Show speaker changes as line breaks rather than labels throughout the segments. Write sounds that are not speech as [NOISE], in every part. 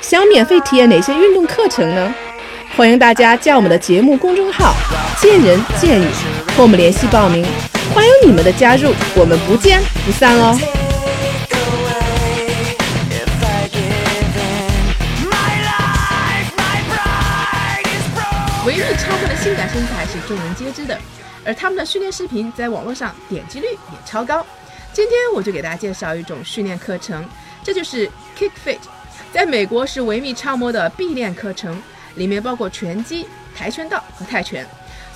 想免费体验哪些运动课程呢？欢迎大家加我们的节目公众号“见人见语”和我们联系报名，欢迎你们的加入，我们不见不散哦。维密超模的性感身材是众人皆知的，而他们的训练视频在网络上点击率也超高。今天我就给大家介绍一种训练课程，这就是 Kick Fit，在美国是维密超模的必练课程，里面包括拳击、跆拳道和泰拳。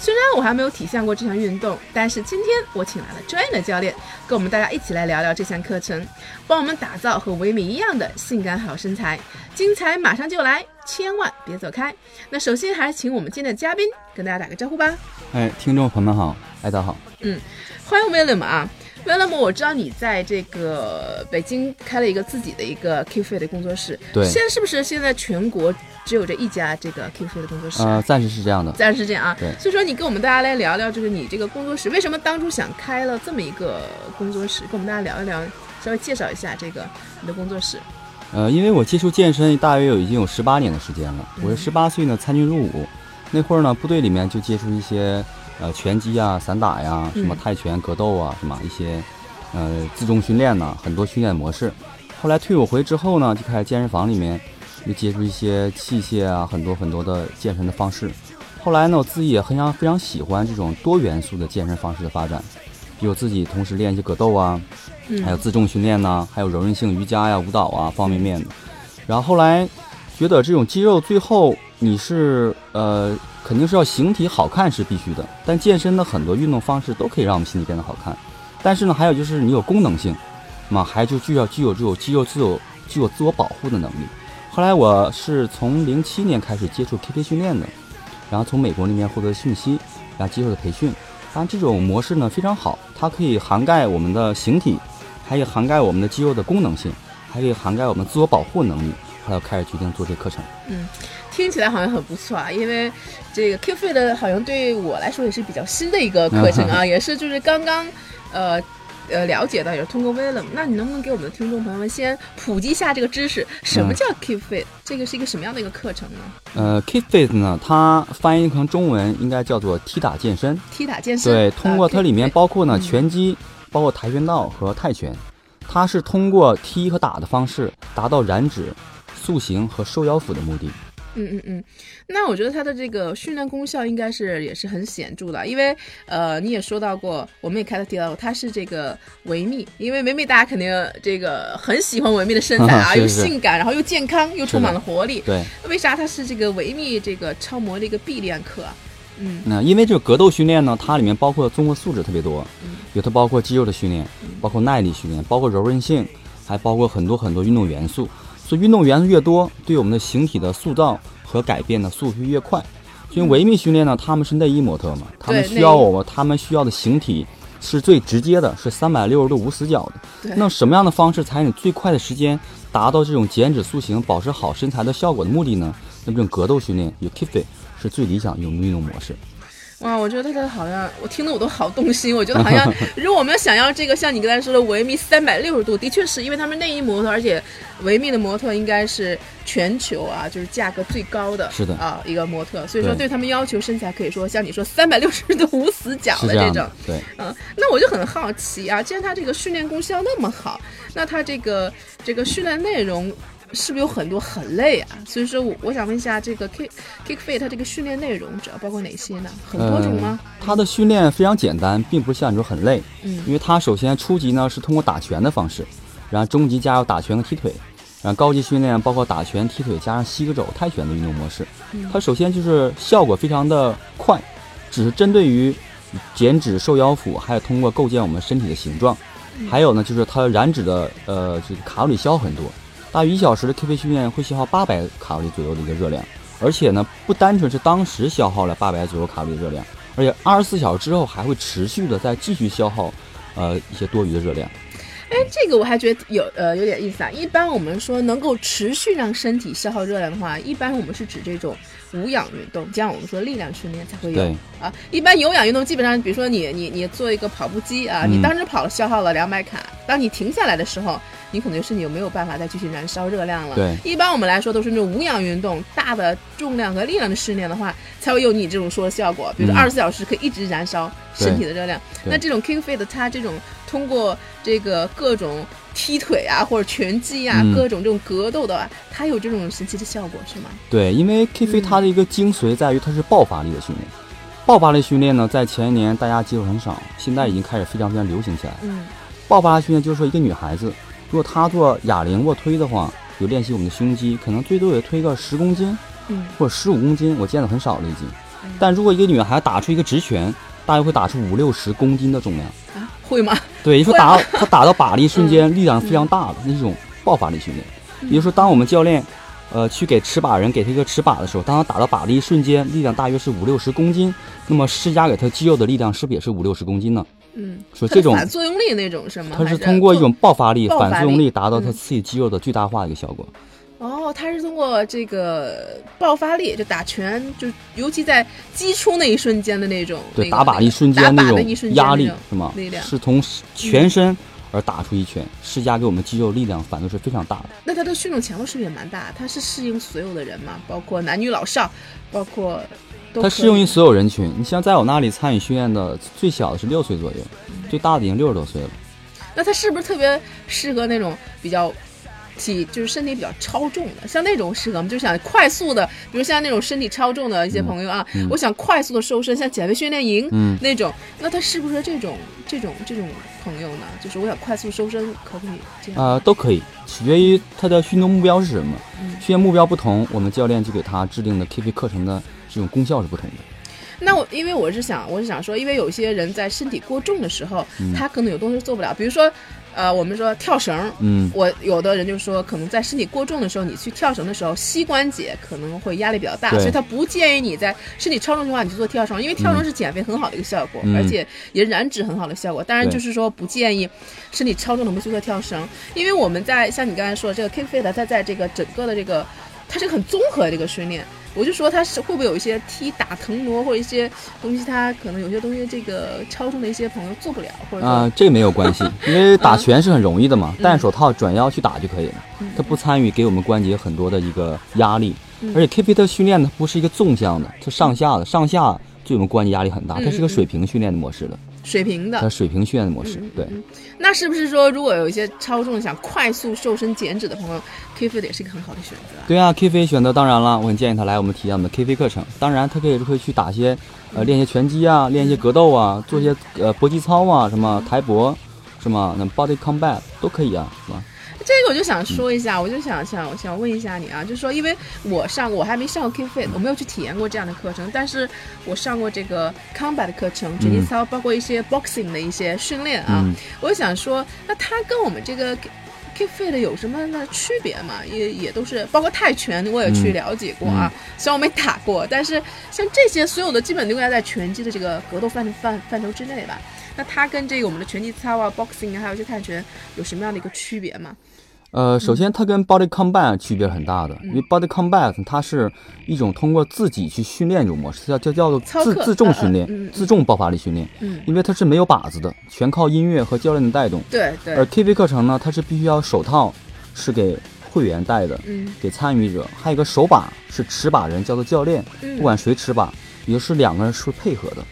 虽然我还没有体现过这项运动，但是今天我请来了专业的教练，跟我们大家一起来聊聊这项课程，帮我们打造和维米一样的性感好身材。精彩马上就来，千万别走开。那首先还是请我们今天的嘉宾跟大家打个招呼吧。
哎，听众朋友们好，大家好。
欢迎 William 啊，William，我知道你在这个北京开了一个自己的一个 Q f i 的工作室，
对
现在是不是现在全国只有这一家这个 Q f i 的工作室啊？
呃，暂时是这样的。
暂时这样啊。
对
所以说你跟我们大家来聊聊，就是你这个工作室为什么当初想开了这么一个工作室，跟我们大家聊一聊，稍微介绍一下这个你的工作室。
呃，因为我接触健身大约有已经有十八年的时间了。我是十八岁呢参军入伍，那会儿呢部队里面就接触一些呃拳击啊、散打呀、什么
嗯
泰拳、格斗啊，什么一些呃自重训练呐、很多训练模式。后来退伍回之后呢，就开始健身房里面又接触一些器械啊，很多很多的健身的方式。后来呢，我自己也很想非常喜欢这种多元素的健身方式的发展，比如我自己同时练一些格斗啊，
嗯
还有自重训练呐、还有柔韧性瑜伽呀、舞蹈啊，方方面面的。然后后来觉得这种肌肉最后你是呃，肯定是要形体好看是必须的，但健身的很多运动方式都可以让我们形体变得好看。但是呢，还有就是你有功能性，嘛，还就具要具有这种肌肉自我具有自我保护的能力。后来我是从零七年开始接触 KK 训练的，然后从美国那边获得信息，然后接受的培训。当然，这种模式呢非常好，它可以涵盖我们的形体，还可以涵盖我们的肌肉的功能性，还可以涵盖我们自我保护能力。后来我开始决定做这课程。
听起来好像很不错啊，因为这个 Q f i 的好像对我来说也是比较新的一个课程啊，也是就是刚刚，呃。呃，了解到也是通过 Willem，那你能不能给我们的听众朋友们先普及一下这个知识？什么
嗯
叫 Keep Fit？、这个是一个什么样的一个课程呢？
呃，Kick Fit 呢，它翻译成中文应该叫做踢打健身。
踢打健身？啊
对，通过它里面
包
包括呢拳击，包括跆拳道和泰拳，它是通过踢和打的方式达到燃脂、塑形和收腰腹的目的。
嗯嗯嗯，那我觉得它的这个训练功效应该是也是很显著的，因为呃你也说到过，我们也开头提到过，它是这个维密，因为维密大家肯定这个很喜欢维密的身材啊， [LAUGHS]
是
又
是
性感，然后又健康，又充满了活力。
对，
为啥它是这个维密这个超模的一个必练课啊？嗯
那因为这个格斗训练呢，它里面包括综合素质特别多，
嗯
有它包括肌肉的训练，包括耐力训练，包括柔韧性，还包括很多很多运动元素。所以运动元素越多，对我们的形体的塑造和改变呢速度越快。所以维密训练呢，他们是内衣模特嘛，他
嗯
们
对
需要
内衣
我们，他们需要的形体是最直接的，是三百六十度无死角的。
对
那什么样的方式才能最快的时间达到这种减脂塑形、保持好身材的效果的目的呢？那么这种格斗训练有 k i f i 是最理想的一种运动模式。
[LAUGHS] 哇，我觉得它好像我听得我都好动心。我觉得好
[LAUGHS]
像，如果我们想要这个，像你刚才说的维密三百六十度，的确是因为他们内衣模特，而且维密的模特应该是全球啊，就是价格最高的，
是的
啊，一个模特。所以说
对
对他们要求身材，可以说像你说三百六十度无死角
是
的
这
这
样
种
的。，对，
嗯，那我就很好奇啊，既然它这个训练功效那么好，那它这个这个训练内容是不是有很多很累啊？所以说我我想问一下，这个 kick kick fit 它这个训练内容主要包括哪些呢？很多种吗？
呃？它的训练非常简单，并不是像你说很累，
嗯
因为它首先初级呢是通过打拳的方式，然后中级加入打拳和踢腿，然后高级训练包括打拳、踢腿加上膝盖肘、泰拳的运动模式。它首先就是效果非常的快，只是针对于减脂、瘦腰腹，还有通过构建我们身体的形状，还有呢就是它燃脂的呃这个卡路里消耗很多。大于一小时的 KP 训练会消耗八百卡路里左右的一个热量，而且呢，不单纯是当时消耗了八百左右卡路里热量，而且二十四小时之后还会持续的再继续消耗，呃，一些多余的热量。
哎，这个我还觉得有呃有点意思啊。一般我们说能够持续让身体消耗热量的话，一般我们是指这种无氧运动，这样我们说力量训练才会有
对
啊。一般有氧运动基本上，比如说你你你做一个跑步机啊，
嗯
你当时跑了消耗了两百卡，当你停下来的时候，你可能身体就没有办法再继续燃烧热量了。
对
一般我们来说都是那种无氧运动，大的重量和力量的训练的话，才会有你这种说的效果。比如说
嗯
二十四小时可以一直燃烧身体的热量。
对
那这种 kick fit 它这种通过这个各种踢腿啊或者拳击啊、
嗯
各种这种格斗的啊，它有这种神奇的效果是吗？
对，因为 K
嗯
飞它的一个精髓在于它是爆发力的训练。爆发力训练呢，在前一年大家接触很少，现在已经开始非常非常流行起来。
嗯，
爆发力训练就是说，一个女孩子如果她做哑铃卧推的话，有练习我们的胸肌，可能最多也推个十公斤，
嗯，
或者十五公斤，我见的很少了已经
嗯。
但如果一个女孩打出一个直拳，大约会打出五六十公斤的重量。
啊，会吗？
对，一说
会嗯
打到她打到靶力瞬间，力量非常大的那种爆发力训练。也就是说，当我们教练，呃，去给持靶人给他一个持靶的时候，当他打到靶的一瞬间，力量大约是五六十公斤，那么施加给他肌肉的力量是不是也是五六十公斤呢？
嗯，
说
它
这种
是反作用力那种是吗？
它
还
是通过一种爆发力、
爆发
反作用
力
力达到它
嗯
刺激肌肉的最大化的一个效果。
哦，它是通过这个爆发力，就打拳，就尤其在击出那一瞬间的那种，
对，
那
打
个
靶的一瞬间
打
那
靶的
种
一瞬间
压
那
力
种
是吗
力？量嗯
是从全身而打出一拳，施加给我们肌肉力量反作是非常大的。
那它的训练强度是不是也蛮大？它是适应所有的人嘛，包括男女老少，包括都
它
可
适用
以
于所有人群。你像在我那里参与训练的，最小的是六岁左右，最大的已经六十多岁了。
那它是不是特别适合那种比较体就是身体比较超重的？像那种适合吗？就想快速的，比如像那种身体超重的一些朋友啊，我想快速的瘦身，像减肥训练营、
嗯
那种，那它适不适合这种这种这种朋友呢？就是我想快速瘦身，可不可以这样？
呃，都可以，取决于他的运动目标是什么。
嗯
训练目标不同，我们教练就给他制定的 KP 课程的这种功效是不同的。
那我因为我是想，我是想说，因为有些人在身体过重的时候，他可能有东西做不了，比如说，呃，我们说跳绳，
嗯，
我有的人就说，可能在身体过重的时候，你去跳绳的时候，膝关节可能会压力比较大，
对
所以他不建议你在身体超重情况下你去做跳绳，因为跳绳是减肥很好的一个效果，
嗯
而且也燃脂很好的效果。当然
对
就是说不建议身体超重的人去做跳绳，因为我们在像你刚才说的这个 K fit，它在这个整个的这个，它是个很综合的这个训练。我就说它是会不会有一些踢打腾挪或者一些东西，它可能有些东西这个超重的一些朋友做不了，嗯或者说、
啊、这个没有关系，因为打拳是很容易的嘛，戴上手套转腰去打就可以了，
嗯
它不参与给我们关节很多的一个压力，
嗯
而且 KP 的训练呢不是一个纵向的，它上下的，上下对我们关节压力很
嗯
大，它是一个水平训练的模式的，
水平的
它。水平训练的模
嗯
式，对，
那是不是说，如果有一些超重想快速瘦身减脂的朋友，K fit 也是一个很好的选择啊？
对啊，KV 选择当然了，我很建议他来我们体验我们的 KV 课程。当然，他可以会去打些，呃，练一些拳击啊，练一些格斗啊，做一些呃搏击操啊，什么台搏，是吗？那 body combat 都可以啊，是吧？
这个我就想说一下，我就想想想问一下你啊，就是说，因为我上过我还没上过 K fit，我没有去体验过这样的课程，但是我上过这个 combat 课程、拳击操，包括一些 boxing 的一些训练啊。
嗯
我想说，那它跟我们这个 K- K fit 有什么样的区别嘛？也也都是，包括泰拳我也去
嗯
了解过啊，虽然我没打过，但是像这些所有的基本都应该在拳击的这个格斗范范范畴之内吧。那它跟这个我们的拳击操啊、boxing 啊，还有一些泰拳有什么样的一个区别吗？嗯
呃，首先它跟 body combat 区别很大的，因为 body combat 它是一种通过自己去训练一种模式，叫叫叫做
操
自
课
自重
呃
训练、
嗯嗯
自重爆发力训练，
嗯
因为它是没有靶子的，全靠音乐和教练的带动。
对
而
对，
KV 课程呢，它是必须要手套是给会员戴的，
嗯
给参与者，还有一个手把是持把人，叫做教练，不
嗯。
管谁持把，也就是两个人是配合的。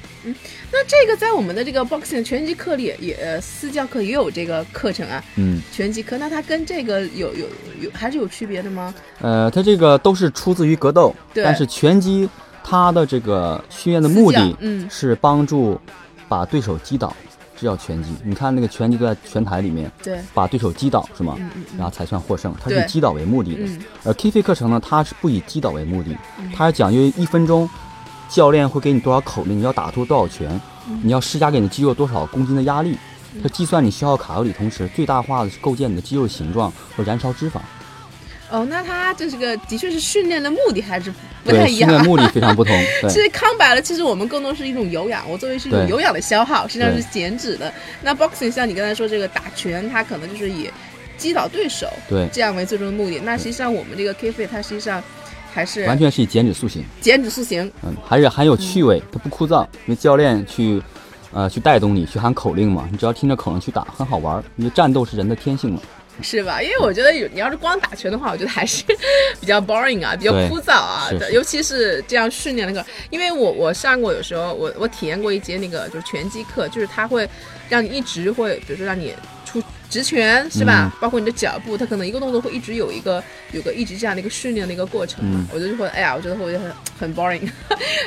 那这个在我们的这个 boxing 拳击课里也也呃私教课也有这个课程啊，
嗯，
拳击课。那它跟这个有有有还是有区别的吗？
呃，它这个都是出自于格斗，
对
但是拳击它的这个训练的目
私教
的，
嗯
是帮助把对手击倒，这叫拳击。你看那个拳击都在拳台里面，
对，
把对手击倒是吗？
嗯嗯嗯
然后才算获胜，它是
对
以击倒为目的的。
嗯
而 K F 课程呢，它是不以击倒为目的，它是讲究一分钟，教练会给你多少口令，你要打出多少拳，
嗯
你要施加给你肌肉多少公斤的压力，它计算你消耗卡路里，同时最大化的是构建你的肌肉形状和燃烧脂肪。
哦，那他这是个的确是训练的目的还是不太
对，
一
训
样。啊
练目的非
[LAUGHS]
常不同。对
其，实康白了，其实我们更多是一种有氧，我作为是一种
对
有氧的消耗，实际上
对
是减脂的。那 boxing 像你刚才说这个打拳，它可能就是以击倒对手
对，
这样为最终的目的。那实际上我们这个 K f 它实际上还是
完全是以减脂塑形，
减脂塑形，
嗯，还是很有趣味，它不枯燥，因为教练去，呃，去带动你去喊口令嘛，你只要听着口令去打，很好玩儿。因为战斗是人的天性嘛，
是吧？因为我觉得有你要是光打拳的话，我觉得还是 [LAUGHS] 比较 boring 啊，比较
对
枯燥啊，
是
对
是
尤其是这样训练的课。因为我我上过，有时候我我体验过一节那个就是拳击课，就是它会让你一直会，比如说让你出直拳是吧？
嗯
包括你的脚步，它可能一个动作会一直有一个有个一直这样的一个训练的一个过程。
嗯
我就会哎呀，我觉得会很很 boring。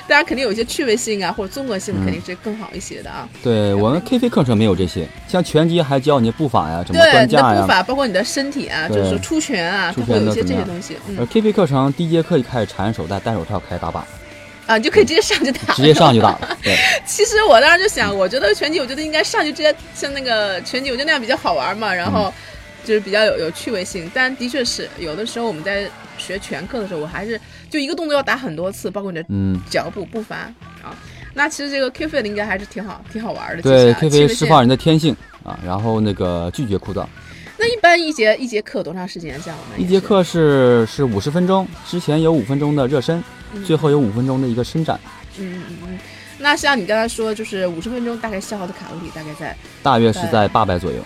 当 [LAUGHS] 然肯定有一些趣味性啊，或者综合
嗯
性肯定是更好一些的啊。
对我们 K F 课程没有这些，像拳击还教你步法呀，怎么
对
端
你的
架
步
呀。
伐，包括你的身体啊，就
对
是说出拳啊，它
出
会
拳
有一
的
些
怎
这些
么样
东西。嗯。
而呃 K P 课程第一节课就开始缠手带，戴手套开始打靶，
啊，你就可以直接上去打，
直接上去打。了。对，
[LAUGHS] 其实我当时就想，我觉得拳击，我觉得应该上去直接像那个拳击，我觉得那样比较好玩嘛，然
嗯
后就是比较有有趣味性。但的确是有的时候我们在学拳课的时候，我还是就一个动作要打很多次，包括你的
嗯，
脚步步伐啊。那其实这个 Q f 的应该还是挺好，挺好 [LAUGHS] 玩的。其实
对 K
啊哎
P
趣味
释
性
放人的天性啊，然后那个拒绝枯燥。
那一般一节一节课有多长时间？像我们
一
也
节
是
课是是五十分钟，之前有五分钟的热身，最后有五分钟的一个伸展，
嗯嗯嗯。那像你刚才说，就是五十分钟大概消耗的卡路里大概在
大约是在八百左右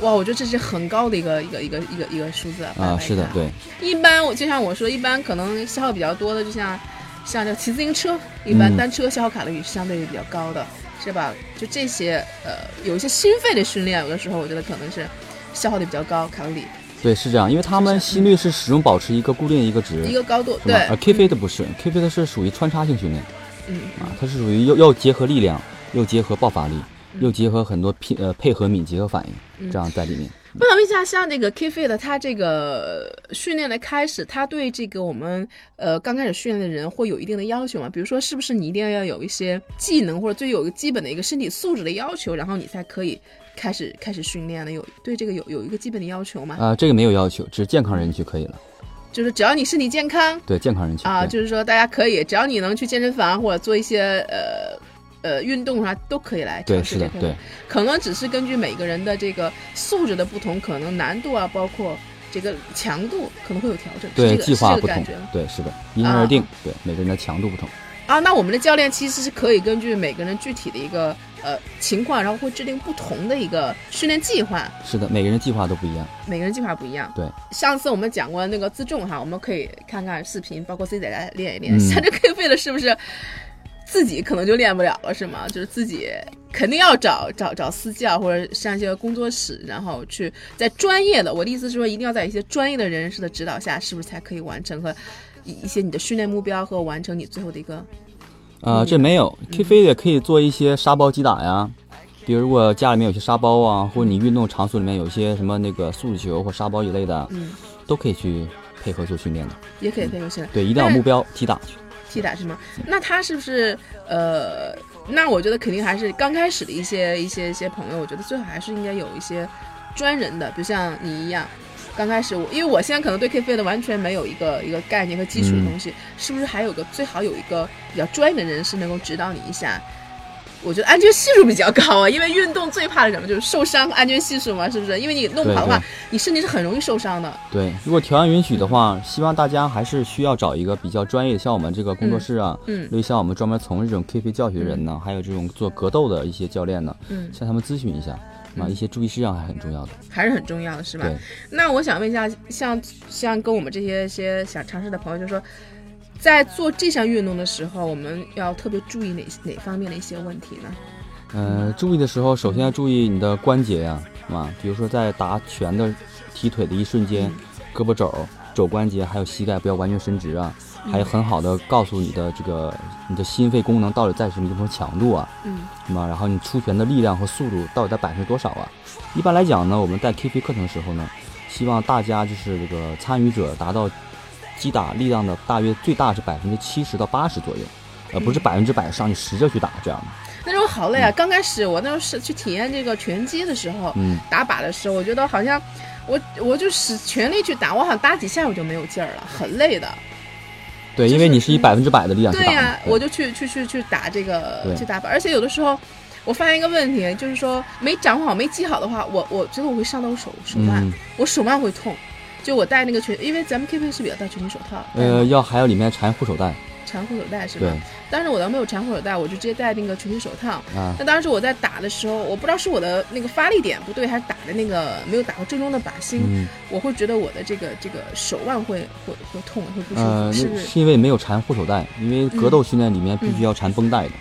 哇，我觉得这是很高的一个一个一个一个一个数字啊
啊。是的，。
800卡
对，
一般我就像我说，一般可能消耗比较多的，就像像这骑自行车，一般
嗯
单车消耗卡路里是相对于比较高的，是吧？就这些呃，有一些心肺的训练，有的时候我觉得可能是消耗的比较高卡路里，
对是这样，因为他们心率是始终保持一个固定的一个值，
一个高度，
是
对
吧？啊而 K P 的不是，K P 的是属于穿插性训练
嗯，嗯
啊，它是属于又又结合力量，又结合爆发力，
嗯
又结合很多拼呃配合敏捷和反应，这样在里面。
我想问一下，像这个 K f 的，他这个呃训练的开始，他对这个我们呃刚开始训练的人会有一定的要求吗？比如说，是不是你一定要有一些技能，或者对有一个基本的一个身体素质的要求，然后你才可以开始开始训练呢？有对这个有有一个基本的要求吗？
啊，这个没有要求，只健康人群可以了。
就是只要你身体健康
对，健康人群
啊，
对
就是说大家可以，只要你能去健身房或者做一些呃呃运动啥都可以来尝
对
试
是
这
的
个，
对
可能只是根据每个人的这个素质的不同，可能难度啊，包括这个强度可能会有调整。
对，
是这个、
计划
是这
不
个感
同
觉吗，
对是的，因人而
啊
定，对每个人的强度不同。
啊。那我们的教练其实是可以根据每个人具体的一个呃情况，然后会制定不同的一个训练计划。
是的，每个人计划都不一样。
每个人计划不一样。
对，
上次我们讲过那个自重哈，我们可以看看视频，包括自己在家练一练。
嗯
像这 K 费了是不是自己可能就练不了了，是吗？就是自己肯定要找找找私教或者上一些工作室，然后去在专业的，我的意思是说，一定要在一些专业的人士的指导下，是不是才可以完成和一一些你的训练目标和完成你最后的一个嗯
呃，这没有，K 飞也可以做一些沙包击打呀，比如如果家里面有些沙包啊，或者你运动场所里面有一些什么那个速球或沙包一类的，
嗯
都可以去配合做训练的。
也可以配合训练。
嗯对，一定要有目标击打。
踢打是吗？那他是不是呃？那我觉得肯定还是刚开始的一些一些一些朋友，我觉得最好还是应该有一些专人的，比如像你一样。刚开始我，因为我现在可能对 K 飞的完全没有一个一个概念和基
嗯
础的东西，是不是还有个最好有一个比较专业的人士能够指导你一下？我觉得安全系数比较高啊，因为运动最怕的是什么？就是受伤和安全系数嘛，是不是？因为你弄不好的
对
话
对，
你身体是很容易受伤的。
对，如果条件允许的
嗯
话，希望大家还是需要找一个比较专业的，像我们这个工作室啊，
嗯嗯
类似像我们专门从事这种 K P 教学的人呢，还有这种做格斗的一些教练呢，
嗯，
向他们咨询一下。啊，一些注意事项还很重要的。
还是很重要的，是吧？
对，
那我想问一下，像像跟我们这些些想尝试的朋友，就是说，在做这项运动的时候，我们要特别注意哪哪方面的一些问题呢？
呃，注意的时候，首先要注意你的关节呀、啊，比如说在打拳的踢腿的一瞬间，胳膊肘、肘关节还有膝盖不要完全伸直啊，还有很好的告诉你的这个你的心肺功能到底在什么地方强度啊，
嗯，
那么然后你出拳的力量和速度到底在百分之多少啊？一般来讲呢，我们在 KP 课程的时候呢，希望大家就是这个参与者达到击打力量的大约最大是百分之七十到八十左右，呃，不是百分之百上去实着去打这样的，
那时候好累啊！刚开始我那时候是去体验这个拳击的时候，
嗯嗯。
打靶的时候，我觉得好像我我就使全力去打，我好像打几下我就没有劲儿了，很累的。
对，因为你是以百分之百的力量去
对
打嘛。
呀、
对
我就去去去去打这个
对
去打板，而且有的时候我发现一个问题，就是说没掌握好、没记好的话，我我觉得我会伤到我手手腕，
嗯
我手腕会痛。就我戴那个全，因为咱们 KP 是比较戴全体手套，
呃，要还有里面缠护手带，
缠护手带是吧
对？
但是我倒没有缠护手带，我就直接戴那个全体手套。
啊，
那当时我在打的时候，我不知道是我的那个发力点不对，还是打的那个没有打过正中的靶心，
嗯，
我会觉得我的这个这个手腕会会会痛，会不舒服，
呃，
是
那
不是？
是因为没有缠护手带，因为格斗训练里面必须要缠绷带的，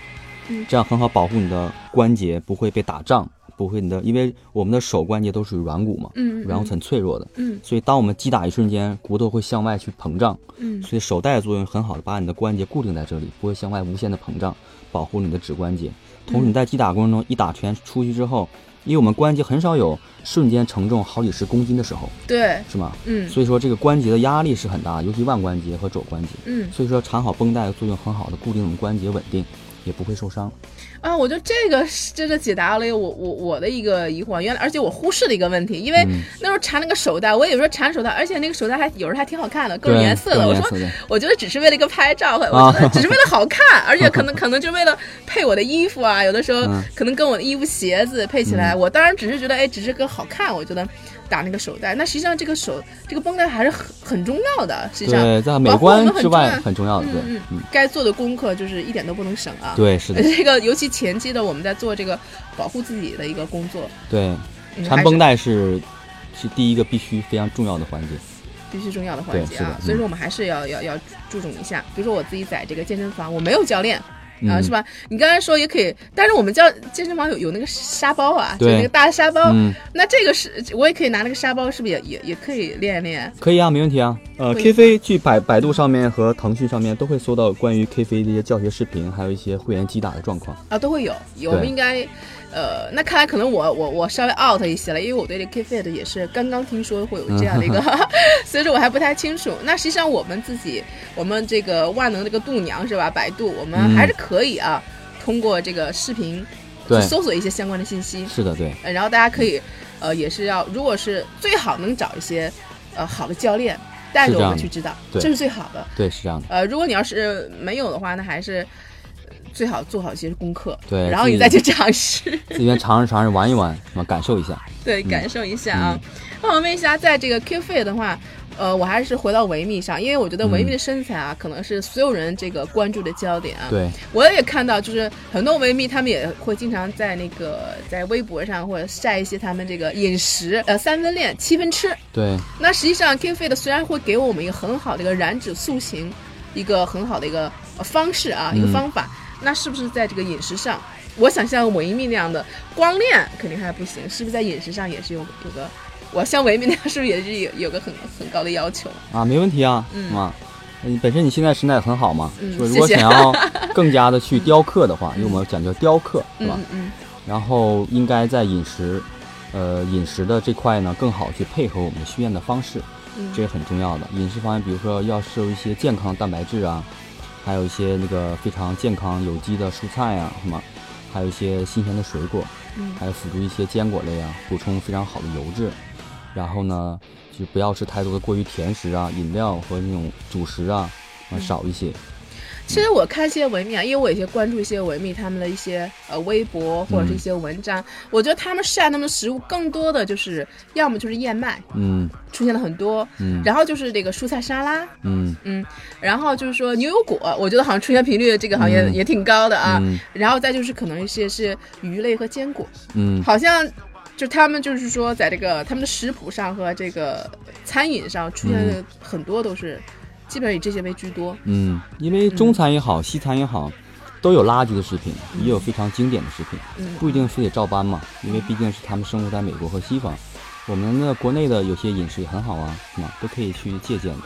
嗯
这样很好保护你的关节不会被打胀，不会你的，因为我们的手关节都属于软骨嘛，
嗯，嗯
软骨很脆弱的，
嗯
所以当我们击打一瞬间，骨头会向外去膨胀，
嗯
所以手带的作用很好的把你的关节固定在这里，不会向外无限的膨胀，保护你的指关节。同时你在击打过程中，一打拳出去之后，因为我们关节很少有瞬间承重好几十公斤的时候，
对，
是吗？
嗯
所以说这个关节的压力是很大的，尤其腕关节和肘关节。
嗯
所以说缠好绷带作用很好的固定我们关节稳定，也不会受伤。
啊，我觉得这个是真的解答了我我我的一个疑惑，原来而且我忽视了一个问题，因为
嗯
那时候缠了个手带，我以为说缠手带，而且那个手带还有时候还挺好看的，各
对，
种颜色的，
各
我
种颜
说
色的。
我觉得只是为了一个拍照，我
啊
觉得只是为了好看，而且
[LAUGHS]
可能可能就为了配我的衣服啊，有的时候
嗯
可能跟我的衣服、鞋子配起来。我当然只是觉得，哎，只是个好看，我觉得打那个手带。那实际上这个手这个绷带还是很很重要的，实际上
对，在美
保护我
观
们很
之
重
外
要
很重要的，对，
嗯
嗯，
该做的功课就是一点都不能省啊。
对，是的，
[LAUGHS] 这个尤其前期的我们在做这个保护自己的一个工作，
对，
嗯
缠
还
绷
是
带是是第一个必须非常重要的环节。
必须重要的环
对
节
是的
啊，
嗯
所以说我们还是要要要注重一下。比如说我自己在这个健身房，我没有教练。
嗯
啊，是吧？你刚才说也可以，但是我们教健身房有有那个沙包啊，就
对
那个大沙包。
嗯，
那这个是我也可以拿那个沙包，是不是也也也可以练一练？
可以啊，没问题啊。呃
会
，K 飞去百百度上面和腾讯上面都会搜到关于 K 飞的一些教学视频，还有一些会员击打的状况。
啊，都会有，有我
对
们应该，呃，那看来可能我我我稍微 out 一些了，因为我对这 K Fit 也是刚刚听说会有这样的一
[LAUGHS]
个， [LAUGHS] 所以说我还不太清楚。那实际上我们自己，我们这个万能这个度娘是吧？百度，我们
嗯
还是可以啊，通过这个视频去
对
搜索一些相关的信息，
是的，对，
呃然后大家可以，呃，也是要，如果是最好能找一些，呃，好的教练带着
是这
我
样
们
的
去指导，
对
这是最好的。
对，是这样的。
呃，如果你要是没有的话，那还是呃最好做好一些功课，
对
然后你
自
再
己
去尝试，
自己先尝试尝试，玩一玩，是吧感受一下。
对，感受一下啊。
嗯
那我问一下，在这个 Q Fit 的话，呃，我还是回到维密上，因为我觉得
嗯
维密的身材啊，可能是所有人这个关注的焦点啊。
对，
我也看到，就是很多维密他们也会经常在那个在微博上或者晒一些他们这个饮食，呃，三分练，七分吃。
对，
那实际上 K Fit 虽然会给我们一个很好的一个燃脂塑形，一个很好的一个呃方式啊，一个
嗯
方法，那是不是在这个饮食上？我想像维密那样的光练肯定还不行，是不是在饮食上也是有有个？我像维密那样是不是也是有有个很很高的要 [LAUGHS] 求？
啊，没问题啊，
嗯
啊，你本身你现在身材也很好嘛，
嗯
就是如果
谢谢
想要更加的去雕刻的话，因为我们讲究雕
[LAUGHS]
刻，是吧？
嗯嗯
然后应该在饮食，呃，饮食的这块呢，更好去配合我们的训练的方式，
嗯
这也很重要的。饮食方面，比如说要摄入一些健康蛋白质啊，还有一些那个非常健康有机的蔬菜啊，什么，还有一些新鲜的水果，
嗯
还有辅助一些坚果类啊，补充非常好的油脂。然后呢，就不要吃太多的过于甜食啊、饮料和那种主食啊，
嗯
啊少一些。
其实我看一些维密啊，因为我也些关注一些维密他们的一些呃微博或者是一些文章，我觉得他们晒他们的食物更多的就是要么就是燕麦
嗯
出现了很多，
嗯
然后就是这个蔬菜沙拉，
嗯
嗯，然后就是说牛油果，我觉得好像出现频率这个好像也,、
嗯
也挺高的啊。
嗯
然后再就是可能一些是鱼类和坚果，
嗯，
好像就他们就是说在这个他们的食谱上和这个餐饮上出现的很多都是、基本上以这些为居多。
嗯，因为中餐也好，西餐也好，都有垃圾的食品，也有非常经典的食品，
嗯
不一定非得照搬嘛。因为毕竟是他们生活在美国和西方，我们的国内的有些饮食也很好啊，是吗？都可以去借鉴的。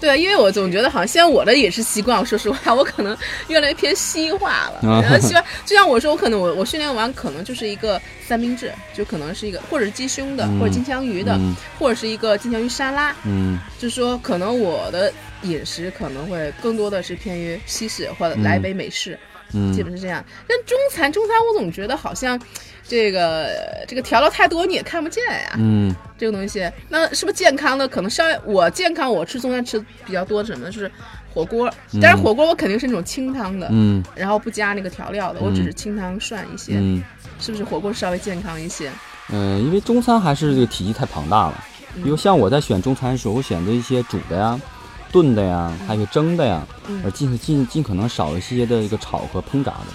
对，因为我总觉得好像现在我的饮食习惯，我说实话，我可能越来越偏西化了。
啊
然后西化，就像我说，我可能我我训练完可能就是一个三明治，就可能是一个或者是鸡胸的，
嗯
或者金枪鱼的，
嗯
或者是一个金枪鱼沙拉。
嗯
就是说，可能我的饮食可能会更多的是偏于西式，或者来一杯美式，
嗯
基本是这样。但中餐，中餐我总觉得好像这个这个调料太多你也看不见呀，
嗯
这个东西，那是不是健康的？可能稍微我健康，我吃中餐吃比较多的是什么就是火锅，但是火锅我肯定是那种清汤的，
嗯
然后不加那个调料的，我只是清汤涮一些，
嗯，
是不是火锅稍微健康一些？
嗯，因为中餐还是这个体积太庞大了。
嗯
比如像我在选中餐的时候，我选择一些煮的呀、炖的呀，还有蒸的呀，
嗯
而尽尽尽可能少一些的一个炒和烹炸的。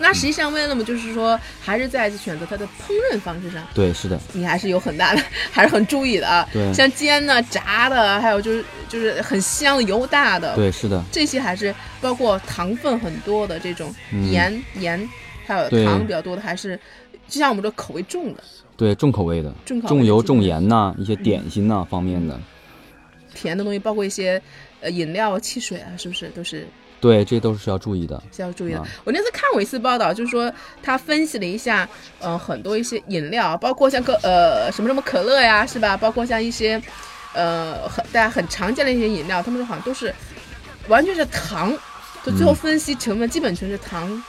那实际上为了么就是说，还是在选择它的烹饪方式上，
对，是的，
你还是有很大的，还是很注意的啊。
对
像煎的、炸的，还有就是就是很香的、油大的，
对，是的，
这些还是包括糖分很多的这种
嗯
盐、盐，还有
对
糖比较多的，还是就像我们说口味重的、
对，重口味的，
重口味
重油、
重
重盐呐、一些
嗯
点心呐、方面的，
甜的东西，包括一些呃饮料啊、汽水啊，是不是都是
对，这都是要注意的。
需要注意的
啊。
我那次看过一次报道，就是说他分析了一下，呃，很多一些饮料，包括像可呃什么什么可乐呀，是吧？包括像一些呃很大家很常见的一些饮料，他们说好像都是完全是糖，就最后分析成分基本全是糖。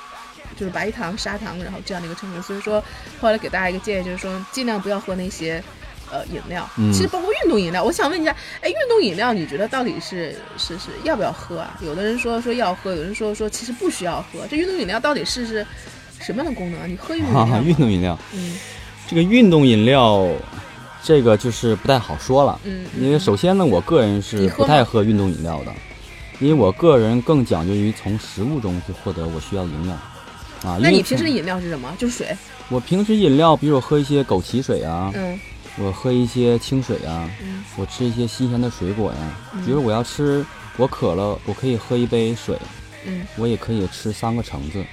就是白糖、砂糖，然后这样的一个成分，所以说后来给大家一个建议，就是说尽量不要喝那些，呃，饮料。
嗯
其实包括运动饮料，我想问一下，哎，运动饮料你觉得到底是是是要不要喝啊？有的人说说要喝，有人说说其实不需要喝。这运动饮料到底是是什么样的功能啊？你喝运动
哈
饮
哈，
料吗？
运动饮料，
嗯
这个运动饮料，这个就是不太好说了。
嗯，
因为首先呢，我个人是
你喝
不
吗
太喝运动饮料的，因为我个人更讲究于从食物中去获得我需要的营养。啊，因
那
为
你平时
从
的饮料是什么？就是水。
我平时饮料，比如我喝一些枸杞水啊，
嗯
我喝一些清水啊，
嗯
我吃一些新鲜的水果呀、比如我要吃，我渴了，我可以喝一杯水，
嗯
我也可以吃三个橙子，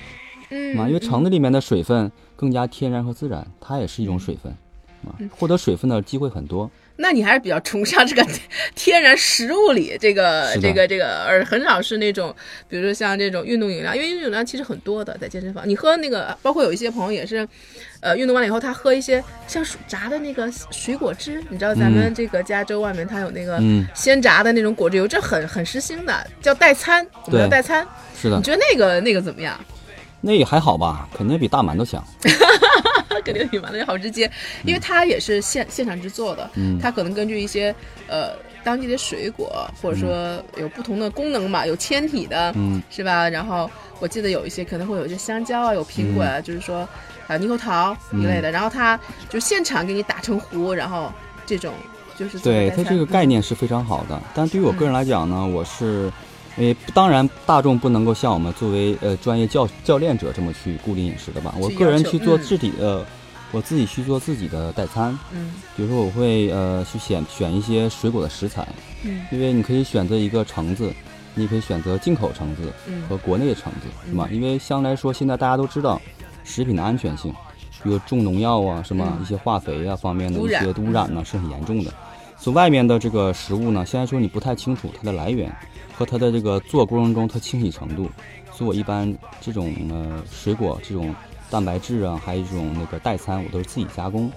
嗯
啊，因为橙子里面的水分更加天然和自然，它也是一种水分，啊，
嗯
获得水分的机会很多。
那你还是比较崇尚这个 [LAUGHS] 天然食物里这个
是的
这个这个，而很少是那种，比如说像这种运动饮料，因为运动饮料其实很多的，在健身房你喝那个，包括有一些朋友也是，呃，运动完了以后他喝一些像水炸的那个水果汁，你知道咱们这个加州外面它有那个
嗯
鲜榨的那种果汁油，这很很时兴的，叫代餐，我们
对嗯
叫代餐。
是的
你，觉得那个那个怎么样？
那也还好吧，肯定比大馒头强。
[LAUGHS] 肯定比馒头要好直接，因为它也是现现场制作的，
嗯
它可能根据一些呃当地的水果，或者说有不同的功能吧，有纤体的，
嗯
是吧？然后我记得有一些可能会有一些香蕉啊，有苹果
嗯
啊，就是说啊猕猴桃一类的，然后它就现场给你打成糊，然后这种就是做嗯
对
代
它
餐
这个概念是非常好的，但对于我
嗯
个人来讲呢，我是，诶，当然大众不能够像我们作为呃专业教教练者这么去固定饮食的吧。我
去
个
要
人
求
去做
嗯
自己的，我自己去做自己的代餐，
嗯
比如说我会呃去选选一些水果的食材，
嗯
因为你可以选择一个橙子，你也可以选择进口橙子
嗯
和国内的橙子，是吧？因为相对来说，现在大家都知道食品的安全性，比如种农药啊，什么
嗯
一些化肥啊方面的
污
一
染
些污染呢是很严重的。所以外面的这个食物呢，现在说你不太清楚它的来源和它的这个做过程中它清洗程度，所以我一般这种呃水果这种蛋白质啊，还有一种那个代餐，我都是自己加工。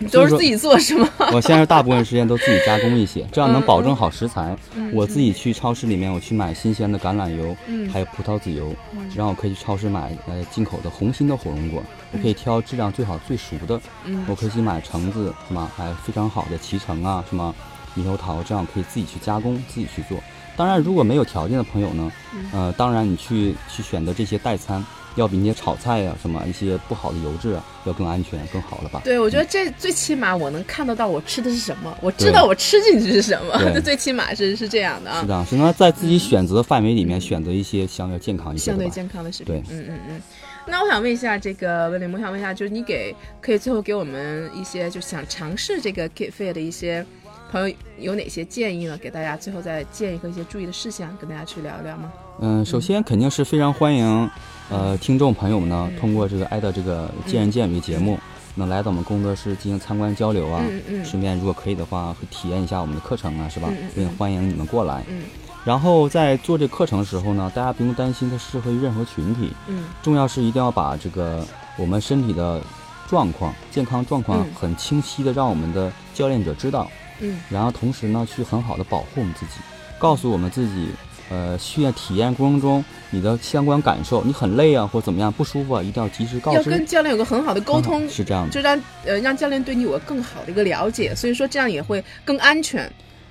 你都
所以
是
说
自己做是吗？ [LAUGHS]
[LAUGHS] 我现在大部分时间都自己加工一些，这样能
嗯
保证好食材。
嗯
我自己去超市里面，我去买新鲜的橄榄油，
嗯
还有葡萄籽油
嗯，
然后我可以去超市买呃进口的红心的火龙果，我可以挑质量最好最熟的。
嗯
我可以去买橙子，什么还有非常好的脐橙啊，什么猕猴桃，这样可以自己去加工，自己去做。当然，如果没有条件的朋友呢，
嗯
呃，当然你去去选择这些代餐，要比那些炒菜呀、什么一些不好的油脂啊，要更安全、更好了吧？
对，我觉得这最起码我能看得到我吃的是什么，我知
对
道我吃进去是什么，
对
这 [LAUGHS] 最起码是是这样的啊
是。的，是的，在自己选择范围里面选择一些相对健康一些
相
的
对
吧。
健康的食品。
对
嗯嗯嗯。那我想问一下，这个呃威廉，我想问一下，就是你给可以最后给我们一些就想尝试这个 Keep Fit 的一些朋友有哪些建议呢？给大家最后再建议和一些注意的事项，跟大家去聊一聊吗？
嗯，首先肯定是非常欢迎，呃，听众朋友们呢，通过这个爱的这个见人
嗯
见语节目，能来到我们工作室进行参观交流啊。
嗯嗯
顺便，如果可以的话，会体验一下我们的课程啊，是吧
嗯嗯？
也欢迎你们过来。
嗯
然后在做这个课程的时候呢，大家不用担心它适合于任何群体，
嗯
重要是一定要把这个我们身体的状况、健康状况
嗯
很清晰的让我们的教练者知道。
嗯
然后同时呢，去很好的保护我们自己，告诉我们自己呃训练体验过程中你的相关感受，你很累啊或怎么样不舒服啊，一定要及时告
要
知
跟。教练有个很好的沟通，
嗯是这样的，
就让呃让教练对你有个更好的一个了解，所以说这样也会更安全，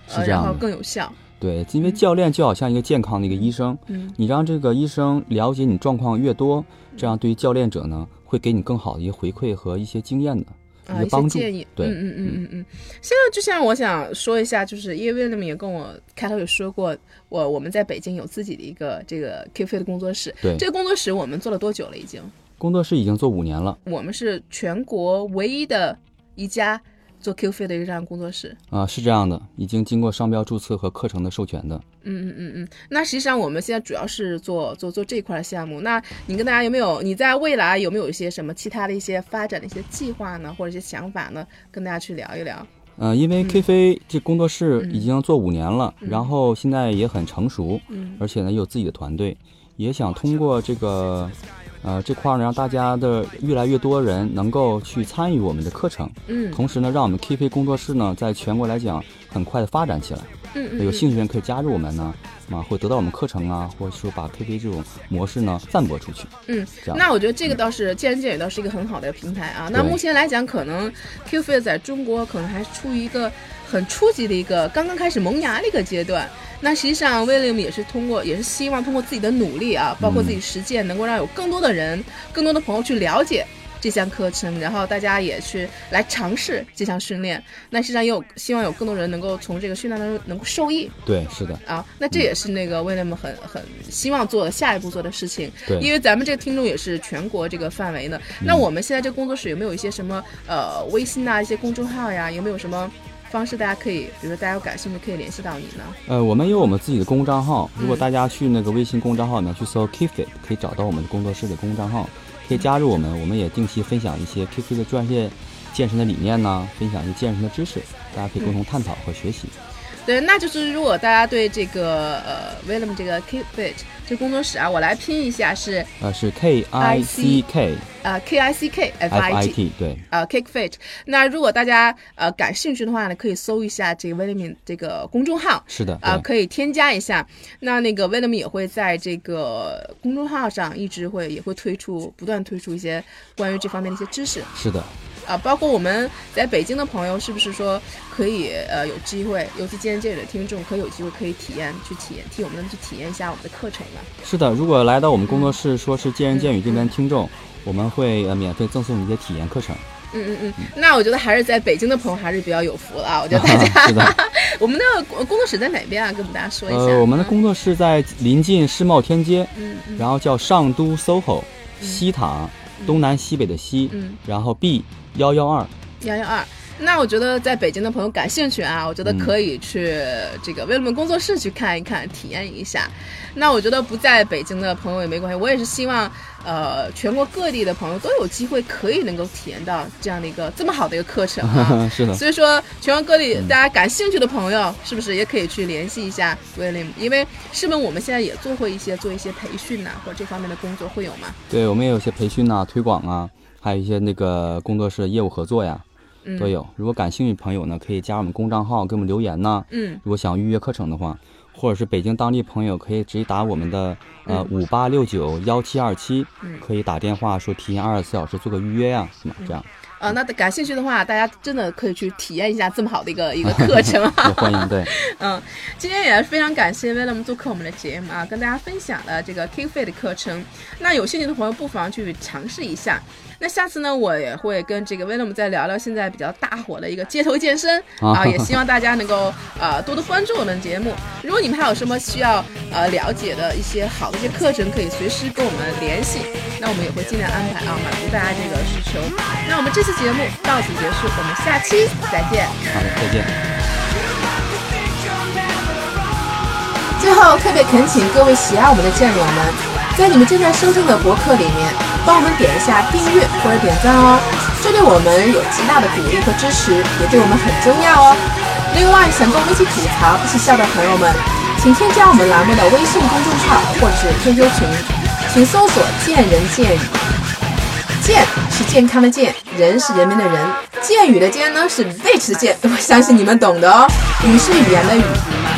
是
呃，
这样
然
的
后更有效。
对，因为教练就好像一个健康的一个医生，
嗯，
你让这个医生了解你状况越多，这样对于教练者呢，会给你更好的一个回馈和一些经验的。
啊，
一
一
个帮
些
助
建议，
对
嗯嗯嗯嗯嗯。现在就像我想说一下，就是因为 William 也跟我开头有说过，我我们在北京有自己的一个这个 Q f E 的工作室，
对
这个工作室我们做了多久了？已经，
工作室已经做五年了
我们是全国唯一的一家做 Q f E 的一个这样的工作室。
啊、是这样的，已经经过商标注册和课程的授权的。
嗯嗯嗯嗯，那实际上我们现在主要是做做做这块项目。那你跟大家有没有你在未来有没有一些什么其他的一些发展的一些计划呢，或者一些想法呢？跟大家去聊一聊。
呃，因为 K 飞这工作室
嗯
已经做五年了，
嗯
然后现在也很成熟，
嗯
而且呢有自己的团队，也想通过这个，呃这块儿呢让大家的越来越多人能够去参与我们的课程，
嗯
同时呢让我们 K 飞工作室呢在全国来讲很快的发展起来。
嗯嗯，
有
嗯
兴趣的人可以加入我们呢，啊会得到我们课程啊，或者说把 K 飞这种模式呢散播出去。
嗯
这，样
那我觉得这个倒是见仁见智，倒是一个很好的平台啊。那
对
目前来讲，可能 Q f i 在中国可能还处于一个很初级的一个刚刚开始萌芽的一个阶段。那实际上，William 也是通过，也是希望通过自己的努力
嗯
啊，包括自己实践，能够让有更多的人、更多的朋友去了解这项课程，然后大家也去来尝试这项训练。那实际上也有希望有更多人能够从这个训练当中能够受益
对，是的，
啊。那这也是那个 William 很很希望做的下一步做的事情。
对。嗯
因为咱们这个听众也是全国这个范围的。那我们现在这工作室有没有一些什么呃微信啊、一些公众号呀？有没有什么方式大家可以，比如说大家有感兴趣可以联系到你呢？
呃，我们有我们自己的公众账号，如果
嗯
大家去那个微信公众号呢，去搜 Kifit，可以找到我们的工作室的公众账号，可以加入我们，我们也定期分享一些 Kifit 的专业健身的理念呐、分享一些健身的知识，大家可以共同探讨和学习。
对，那就是如果大家对这个呃 William 这个 Keep Fit 这工作室啊，我来拼一下是
呃，是 K I C K
呃 K I C K F
F I
I T。
T，对，
呃 Kick Fit。那如果大家呃感兴趣的话呢，可以搜一下这个 William 这个公众号，
是的，
啊、
对
可以添加一下。那那个 William 也会在这个公众号上一直会也会推出，不断推出一些关于这方面的一些知识啊、
是的，
包括我们在北京的朋友，是不是说可以呃有机会，尤其今天这里的听众，可以有机会可以体验去体验替我们去体验一下我们的课程呢？
是的。如果来到我们工作室，说是见人见语这边听众，我们会呃免费赠送你一些体验
[LAUGHS]
课程。
嗯嗯嗯，那我觉得还是在北京的朋友还是比较有福了啊！我觉得大
[LAUGHS]
家，
是的
我们的工工作室在哪边啊？跟我们大家说一下。
呃，我们的工作室在临近世贸天街，
嗯嗯
然后叫上都 SOHO 西塔，东南西北的西，
嗯
然后 B 幺幺
[LAUGHS]
二，
幺幺二。那我觉得在北京的朋友感兴趣啊，我觉得可以去这个威尔们工作室去看一看，体验一下。那我觉得不在北京的朋友也没关系，我也是希望，呃，全国各地的朋友都有机会可以能够体验到这样的一个这么好的一个课程啊。
[LAUGHS] 是的，
所以说，全国各地大家感兴趣的朋友，是不是也可以去联系一下 William？因为师们我们现在也做会一些做一些培训呐、或者这方面的工作会有吗？
对我们也有一些培训呐、推广啊，还有一些那个工作室的业务合作呀，
嗯，
都有。如果感兴趣的朋友呢，可以加我们公账号给我们留言呐、
嗯，
如果想预约课程的话，或者是北京当地朋友可以直接打我们的呃五八六九幺七二七
嗯，
可以打电话说提前二十四小时做个预约呀、是吗？这样
啊，那感兴趣的话，大家真的可以去体验一下这么好的一个一个课程
[LAUGHS] 也
啊。
欢迎对。
[LAUGHS] 嗯，今天也是非常感谢 William 做客我们的节目啊，跟大家分享了这个 Kick Fit 的课程。那有兴趣的朋友不妨去尝试一下。那下次呢，我也会跟这个 William 再聊聊现在比较大火的一个街头健身啊，
啊
也希望大家能够呃多多关注我们的节目。如果你们还有什么需要呃了解的一些好的一些课程，可以随时跟我们联系，那我们也会尽量安排啊，满足大家这个需求。那我们这期节目到此结束，我们下期再见。
好的，再见。
最后特别恳请各位喜爱我们的战友们，在你们正在收听的博客里面，帮我们点一下订阅或者点赞哦，这对我们有极大的鼓励和支持，也对我们很重要哦。另外，想跟我们一起吐槽、一起笑的朋友们，请添加我们栏目的微信公众号或是 QQ 群，请搜索“见人见语”。健是健康的健，人是人民的人，健语的健呢是 rich 的健，我相信你们懂的哦。语是语言的语，